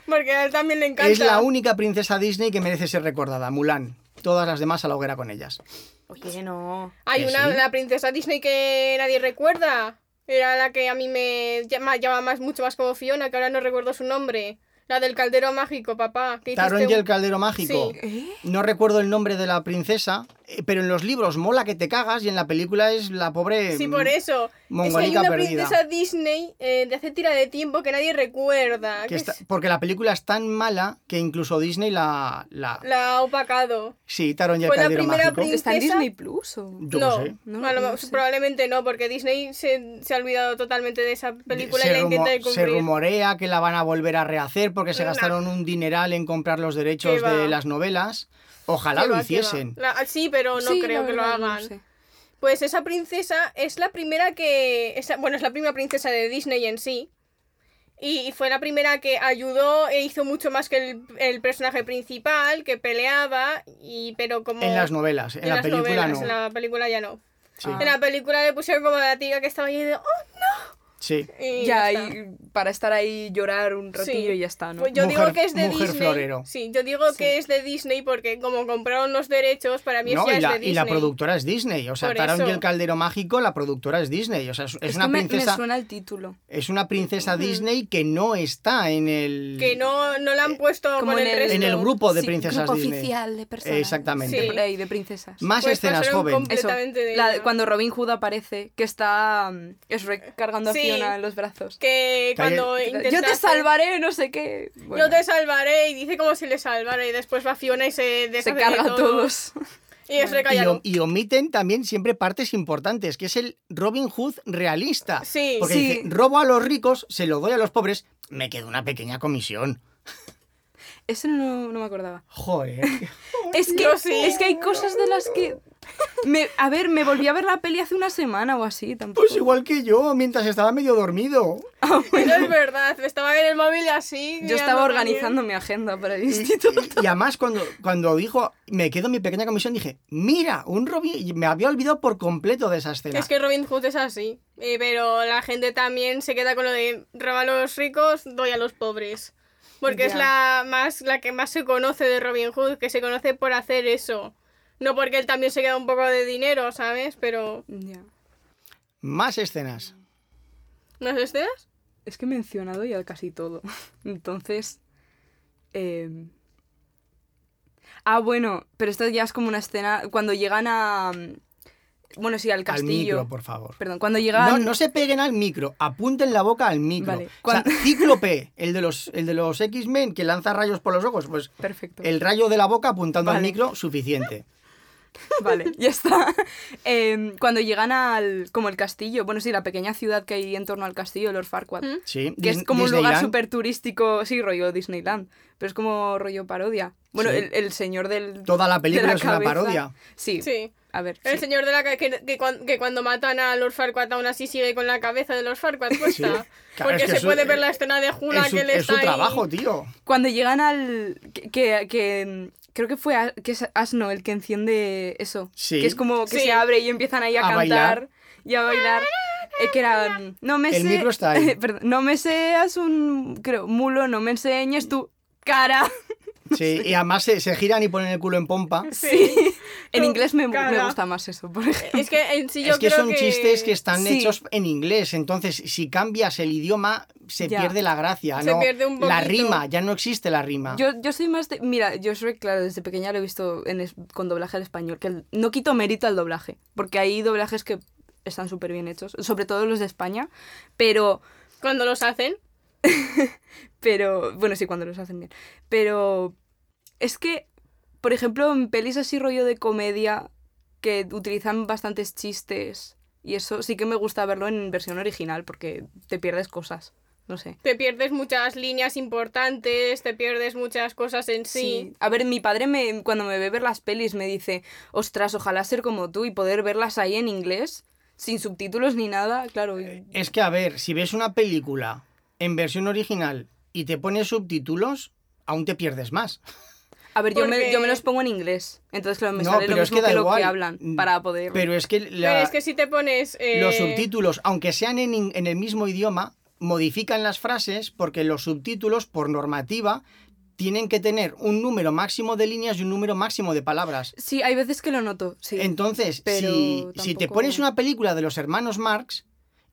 Porque a él también le encanta.
Es la única princesa Disney que merece ser recordada, Mulan. Todas las demás a la hoguera con ellas.
Oye, no.
Hay
¿Que
una,
sí?
la princesa Disney que nadie recuerda. Era la que a mí me llama, llama más, mucho más como Fiona, que ahora no recuerdo su nombre. La del caldero mágico, papá. que hiciste
Taron y el
un-
caldero mágico.
Sí.
¿Eh?
No recuerdo el nombre de la princesa, eh, pero en los libros mola que te cagas y en la película es la pobre
Sí,
mm,
por eso. Es que hay
mongolica
una
perdida.
princesa Disney eh, de hace tira de tiempo que nadie recuerda.
Que
que
está-
es-
porque la película es tan mala que incluso Disney la... la...
La ha opacado.
Sí, Taron y el
Fue la
caldero
primera
mágico.
prin-
¿Está en
¿Princesa?
Disney Plus? o?
Yo
no,
qué sé.
No,
a lo
no
mejor-
sé.
probablemente no, porque Disney se, se ha olvidado totalmente de esa película y
se,
la
rumo-
intenta
se
de cumplir.
rumorea que la van a volver a rehacer porque se
Nah.
gastaron un dineral en comprar los derechos
Qué va.
de las novelas. Ojalá
Que
lo
va, que va.
hiciesen.
La- ah, sí, pero no
Sí,
creo
la
que lo
verdad, no
hagan.
sé.
Pues esa princesa es la primera que. esa- bueno, es la primera princesa de Disney en sí. Y y fue la primera que ayudó e hizo mucho más que el, el personaje principal, que peleaba, y pero como...
En las novelas, en,
en
la
las
película
novelas,
no.
En la película ya no.
Sí,
Ah.
En la película le pusieron como la tía que estaba ahí de... "Oh",
sí.
y
ya,
está.
y para estar ahí llorar un ratillo
Sí.
y ya está, ¿no?
Pues yo
Mujer-
digo que es de
mujer
Disney.
florero.
Sí, yo digo que es de Disney porque como compraron los derechos, para mí
No,
es ya
y,
es
la,
de Disney.
y la productora es Disney. O sea,
Por
Taron y
eso.
el Caldero Mágico, la productora es Disney. O sea, es, es
Es
una
que me-
princesa.
me suena el título.
Es una princesa Disney que no está en el.
Mm. Que no, no la han puesto
como
con el,
en el-
resto.
eh, en el grupo de princesas
grupo
Disney.
oficial de personas.
Exactamente.
Sí.
Por ahí, de princesas.
Más
Pues
escenas,
pasaron
joven.
comple- completamente de
la-
ella.
cuando Robin Hood aparece, que está mm, es Shrek cargando a
Sí.
Fiona en los brazos.
Que cuando
Yo te
intentaste-
salvaré, no sé qué. Bueno,
Yo te salvaré y dice como si le salvara y después va Fiona y se deshace
se
de
carga a
todo.
todos.
Y es
Y, o-
recallaron.
y omiten también siempre partes importantes, que es el Robin Hood realista.
Sí,
Porque
Sí.
dice, robo a los ricos, se lo doy a los pobres, me quedo una pequeña comisión.
Eso no, no me acordaba.
Joder.
Es que,
Yo sí.
es que hay cosas de las que... Me, a ver, me volví a ver la peli hace una semana o así, tampoco.
Pues igual que yo, mientras estaba medio dormido.
no es verdad. Estaba en el móvil así.
Yo
mirando
estaba
también.
organizando mi agenda para el
Y,
instituto.
y además cuando, cuando dijo, me quedo mi pequeña comisión, dije, mira, un Robin... y Me había olvidado por completo de esa escena.
Es que Robin Hood es así. Eh, pero la gente también se queda con lo de roba a los ricos, doy a los pobres. Porque es
Ya.
la, más, la que más se conoce de Robin Hood, que se conoce por hacer eso. No porque él también se queda un poco de dinero, ¿sabes? Pero...
Ya.
Más escenas.
¿No es este? escenas?
Es que he mencionado ya casi todo. Entonces. eh, Ah, bueno, pero esto ya es como una escena. Cuando llegan a. Bueno, sí, al
Al
castillo.
micro, por favor.
Perdón, cuando
No,
llegan.
no se peguen al micro, apunten la boca al micro.
Vale.
O sea, Cíclope, el de los, el de los X-Men que lanza rayos por los ojos, pues
Perfecto.
el rayo de la boca apuntando al
Vale.
micro, suficiente.
Vale, ya está. Eh, cuando llegan al. como el castillo. Bueno, sí, la pequeña ciudad que hay en torno al castillo, Lord Farquaad.
¿Mm?
Sí,
Que
Dis-
es como un lugar
Disneyland.
súper turístico. Sí, rollo Disneyland. Pero es como rollo parodia. Bueno,
Sí.
el, el señor del.
Toda la
de
película es una
cabeza.
parodia.
Sí.
Sí.
A ver.
El
sí.
señor de la ca- que, que, cuan- que cuando matan a Lord Farquaad aún así sigue con la cabeza de Lord Farquaad
Sí.
puesta.
Claro,
Porque
es que
se
es su-
puede ver la escena de Juna
Es su,
que le
es su
está ahí.
trabajo, tío.
Cuando llegan al. que, que, que, mm, creo que fue a- que es Asno el que enciende eso.
Sí.
Que es como que
Sí.
se abre y empiezan ahí a,
A
cantar
bailar.
y a bailar. Eh, que era. mm, No me
El
sé-
micro está ahí.
perdón, no me seas un. Creo, mulo, no me enseñes tu cara.
Sí, y además se, se giran y ponen el culo en pompa.
Sí.
Sí.
en
Tu
inglés me, me
cara.
gusta más eso, por ejemplo.
Es que en sí yo
es que
creo
son chistes que están
Sí.
hechos en inglés, entonces si cambias el idioma se
Ya.
pierde la gracia,
Se
¿no?
pierde un
la
poquito.
rima, ya no existe la rima.
Yo, yo soy más de. Mira, yo Shrek, claro, desde pequeña lo he visto en es- con doblaje al español. Que el- no quito mérito al doblaje, porque hay doblajes que están súper bien hechos, sobre todo los de España, pero.
Cuando los hacen.
Pero, bueno, sí, cuando los hacen bien. Pero es que, por ejemplo, en pelis así rollo de comedia, que utilizan bastantes chistes, y eso sí que me gusta verlo en versión original, porque te pierdes cosas, no sé.
Te pierdes muchas líneas importantes, te pierdes muchas cosas en sí.
A ver, mi padre me, cuando me ve ver las pelis me dice, ostras, ojalá ser como tú y poder verlas ahí en inglés, sin subtítulos ni nada, claro. y-
Eh,
Es que, a ver, si ves una película en versión original y te pones subtítulos, aún te pierdes más.
A ver, yo, me, yo me
porque-
los pongo en inglés, entonces claro, me
No,
sale lo
pero es
mismo
que da
que, lo
igual. Mm,
que hablan para poder...
Pero es que, la-
Pero es que si te pones... eh,
los subtítulos, aunque sean en, in- en el mismo idioma, modifican las frases porque los subtítulos, por normativa, tienen que tener un número máximo de líneas y un número máximo de palabras.
Sí, hay veces que lo noto, sí.
Entonces,
pero
si, si te
tampoco-
pones una película de los hermanos Marx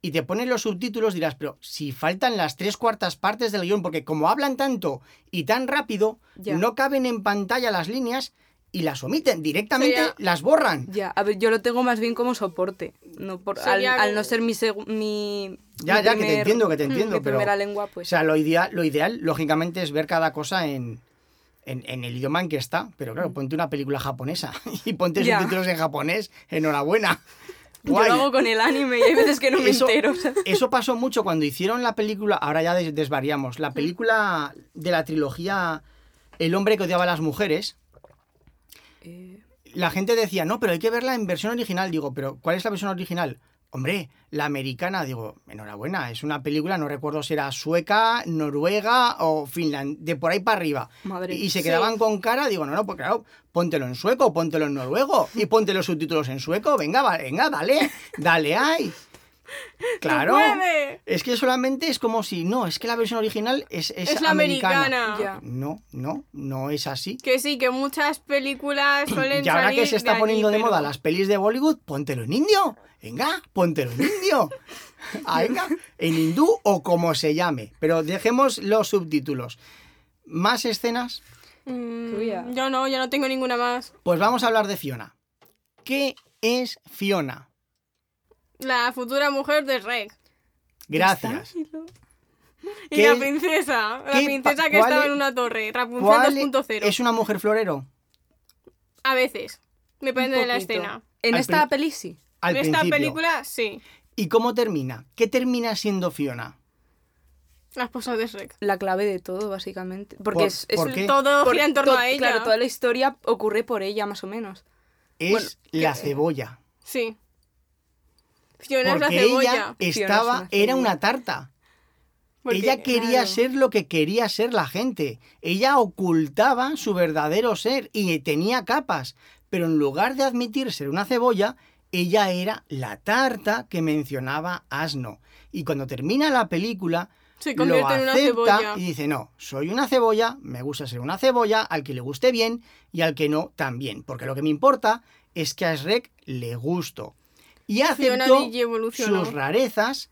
y te pones los subtítulos, dirás, pero si faltan las tres cuartas partes del guión, porque como hablan tanto y tan rápido,
Ya.
no caben en pantalla las líneas y las omiten, directamente
Sería-
las borran.
Ya, a ver, yo lo tengo más bien como soporte. No por, al,
Sería-
al no ser mi, segu- mi
Ya,
mi
ya, que te
primer- Mm,
entiendo, que te
mi
entiendo, pero...
primera lengua,
O
pues.
sea, lo ideal, lo ideal, lógicamente, es ver cada cosa en, en, en el idioma en que está. Pero claro, ponte una película japonesa y ponte
Mm. Ya.
subtítulos en japonés. Enhorabuena.
yo
Guay.
lo hago con el anime y hay veces que no me
Eso-
entero. o sea.
Eso pasó mucho cuando hicieron la película, ahora ya des- desvariamos,
Mm.
la película de la trilogía El hombre que odiaba a las mujeres.
Eh,
La gente decía, no, pero hay que verla en versión original. Digo, pero ¿cuál es la versión original? hombre, la americana, digo, enhorabuena, es una película, no recuerdo si era sueca, noruega o finlandesa, de por ahí para arriba.
Madre.
Y se quedaban con cara, digo, no, no, pues claro, póntelo en sueco, póntelo en noruego y ponte los subtítulos en sueco, venga, va- venga, dale, dale ahí. Claro.
puede!
Es que solamente es como si, no, es que la versión original es, es,
Es la americana.
Ya.
No, no, no es así.
Que sí, que muchas películas suelen
Y ahora
salir
que se está
allí,
poniendo de
pero-
moda las pelis de Bollywood, póntelo en indio. Venga, póntelo en indio. Ah, venga, en hindú o como se llame. Pero dejemos los subtítulos. ¿Más escenas?
Mm,
Tuya.
yo no, yo no tengo ninguna más.
Pues vamos a hablar de Fiona. ¿Qué es Fiona?
La futura mujer de Reg.
Gracias.
Y
¿Qué-
la princesa. La
qué
princesa
pa-
que
cuál
estaba
es-
en una torre.
¿Cuál
Rapunzel 2.0.
es una mujer florero?
A veces. Depende de la
poquito.
escena.
En
Al
esta
prin-
peli sí.
Al
en
principio.
esta película, sí.
¿Y cómo termina? ¿Qué termina siendo Fiona?
La esposa de Reg.
La clave de todo, básicamente. Porque
Por-
es, es-
¿por qué?
Todo
por-
gira en torno
to-
a ella.
Claro, toda la historia ocurre por ella, más o menos.
Es
Bueno,
la cebolla.
Sí. Fiona es la
Porque
cebolla.
ella
Fiona
estaba,
es una
era una
cebolla.
tarta.
Porque-
ella quería
claro.
ser lo que quería ser la gente. Ella ocultaba su verdadero ser y tenía capas. Pero en lugar de admitir ser una cebolla, ella era la tarta que mencionaba Asno. Y cuando termina la película,
se
lo
convierte en una cebolla.
acepta y dice, no, soy una cebolla, me gusta ser una cebolla, al que le guste bien y al que no también. Porque lo que me importa es que a Shrek le gusto. Y
Fiona
aceptó
Digi evolucionó.
sus rarezas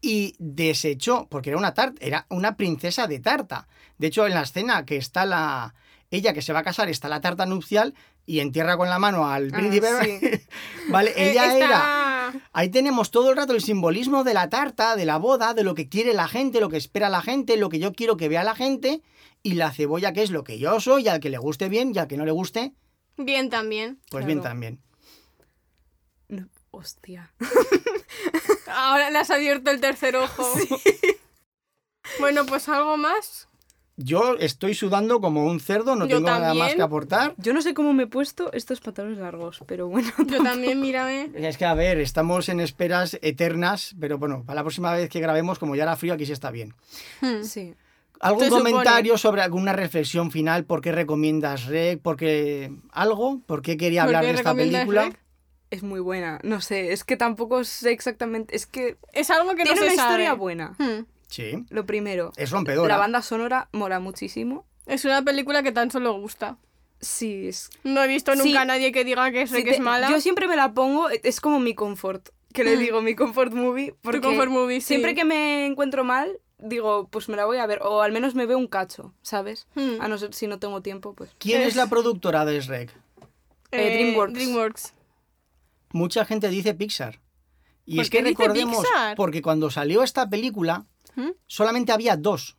y desechó, porque era una tarta, era una princesa de tarta. De hecho, en la escena que está la ella que se va a casar, está la tarta nupcial y entierra con la mano al
Ah,
príncipe. vale,
Eh,
ella
esta-
era. Ahí tenemos todo el rato el simbolismo de la tarta, de la boda, de lo que quiere la gente, lo que espera la gente, lo que yo quiero que vea la gente y la cebolla que es lo que yo soy, y al que le guste bien y al que no le guste,
Bien también.
pues bien
Claro.
también.
No, hostia.
Ahora le has abierto el tercer ojo. Bueno, pues algo más.
Yo estoy sudando como un cerdo, no
Yo
tengo nada más
también.
que aportar.
Yo no sé cómo me he puesto estos pantalones largos, pero bueno.
Yo también, mírame.
Es que, a ver, estamos en esperas eternas, pero bueno, para la próxima vez que grabemos, como ya era frío, aquí sí está bien.
Hmm.
Sí.
¿Algún
Se supone.
comentario sobre alguna reflexión final? ¿Por qué recomiendas Rec? ¿Por qué algo? ¿Por qué quería
¿Por
hablar de
qué
esta
recomiendas
película?
Rec?
Es muy buena. No sé, es que tampoco sé exactamente. Es que
Es algo que
tiene
no se
una
sabe.
historia buena.
Hmm.
Sí,
Lo primero.
es rompedora.
La banda sonora mola muchísimo.
Es una película que tan solo gusta.
Sí, es
No he visto nunca
Sí.
a nadie que diga que es,
Sí,
que
te-
es mala.
Yo siempre me la pongo, e- es como mi confort, que le
Mm.
digo mi comfort movie, porque
Tu comfort movie, sí.
siempre que me encuentro mal, digo, pues me la voy a ver, o al menos me veo un cacho, ¿sabes?
Hmm.
A Ah, no ser si no tengo tiempo, pues...
¿Quién es...
es-
la productora de Rec?
Eh,
Eh, DreamWorks.
DreamWorks.
Mucha gente dice Pixar. Y
¿Por
es que
qué dice
recordemos,
Pixar?
porque cuando salió esta película,
¿Mm?
solamente había dos,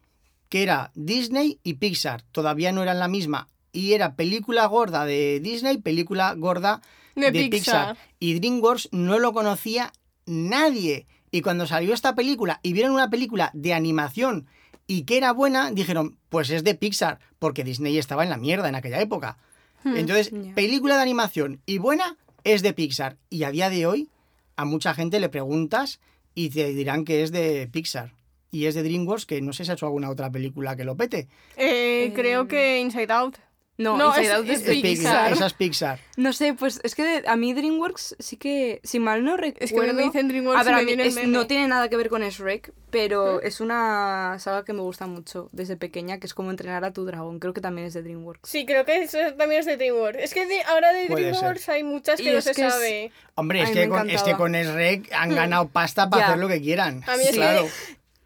que era Disney y Pixar. Todavía no eran la misma. Y era película gorda de Disney, película gorda
De,
de Pixar.
Pixar.
Y DreamWorks no lo conocía nadie. Y cuando salió esta película y vieron una película de animación y que era buena, dijeron, pues es de Pixar, porque Disney estaba en la mierda en aquella época.
Hmm.
Entonces,
ya.
película de animación y buena es de Pixar. Y a día de hoy, a mucha gente le preguntas y te dirán que es de Pixar. Y es de DreamWorks, que no sé si ha hecho alguna otra película que lo pete.
Eh,
Eh,
creo que Inside Out.
No,
No,
Inside
es-
Out
es
de
Pixar.
Esa es Pixar.
No sé, pues es que de- a mí DreamWorks sí que, si mal no recuerdo...
Es que me dicen DreamWorks
A ver,
y
a
me
mí
viene el
es-
meme. Mm.
no tiene nada que ver con Shrek, pero es una saga que me gusta mucho desde pequeña, que es como entrenar a tu dragón, creo que también es de DreamWorks.
Sí, creo que eso también es de DreamWorks. Es que de- ahora de
Puede ser.
DreamWorks hay muchas que
Y
no
es
se
que es-
sabe.
Hombre,
Ay,
es
me
que, con, es que
encantaba. Hmm.
con Shrek han ganado pasta para
Ya.
hacer lo que quieran.
A mí
es que-
claro.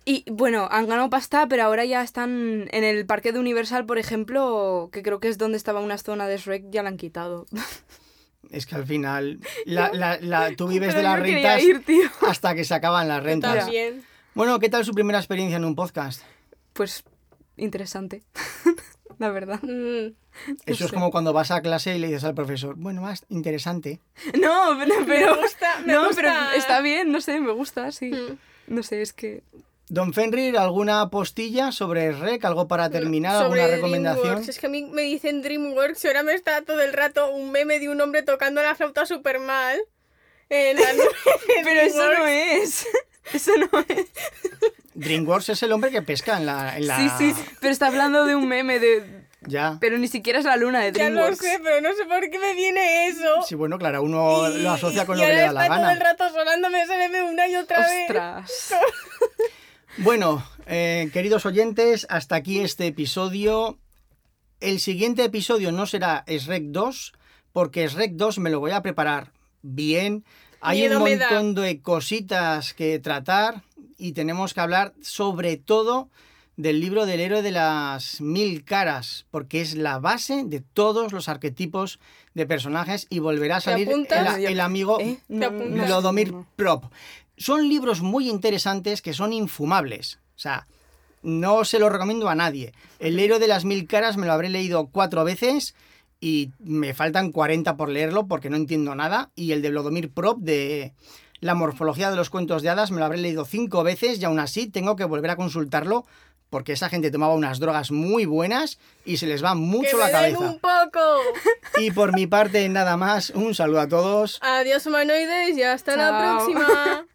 Y bueno, han ganado pasta, pero ahora ya están en el parque de Universal, por ejemplo, que creo que es donde estaba una zona de Shrek, ya la han quitado.
Es que al final la, la- la- tú vives
Pero
de las
yo quería
rentas
ir, tío.
hasta que se acaban las rentas.
También.
Bueno, ¿qué tal su primera experiencia en un podcast?
Pues interesante, la verdad.
Mm.
Eso es
sé.
como cuando vas a clase y le dices al profesor, bueno, más interesante.
No, pero, pero-
me gusta, me
no,
gusta.
pero está bien, no sé, me gusta, sí.
Mm.
No sé, es que
Don Fenrir, ¿alguna postilla sobre REC? ¿Algo
Mm,
para terminar?
Sobre
¿Alguna recomendación?
DreamWorks. Es que a mí me dicen DreamWorks y ahora me está todo el rato un meme de un hombre tocando la flauta súper mal. eh, la nube de
Pero eso no
DreamWorks.
es. Eso no es.
DreamWorks es el hombre que pesca en la. en la-
Sí, sí, sí, pero está hablando de un meme de...
Ya.
Pero ni siquiera es la luna de
Ya lo
DreamWorks.
sé, pero no sé por qué me viene eso.
Sí, bueno, claro, uno
Y-
lo asocia con
y
lo que le
ahora
da la
está todo el
gana.
rato sonándome SLM una y otra vez.
Ostras.
Bueno, eh, queridos oyentes, hasta aquí este episodio. El siguiente episodio no será SREC 2, porque SREC 2 me lo voy a preparar bien. Hay
Miedo
un
me da.
montón de cositas que tratar y tenemos que hablar sobre todo del libro del héroe de las mil caras, porque es la base de todos los arquetipos de personajes y volverá a salir
apuntas?
el- el amigo
¿Eh?
Te apuntas. Claro.
Lodomir
no.
Prop. Son libros muy interesantes que son infumables. O sea, no se los recomiendo a nadie. El héroe de las mil caras me lo habré leído cuatro veces y me faltan 40 por leerlo porque no entiendo nada. Y el de Lodomir Prop de la morfología de los cuentos de hadas me lo habré leído cinco veces y aún así tengo que volver a consultarlo porque esa gente tomaba unas drogas muy buenas y se les va
Que
mucho
me
la
den
cabeza.
un poco.
Y por mi parte, nada más. Un saludo a todos.
Adiós humanoides y hasta la
Chao.
próxima.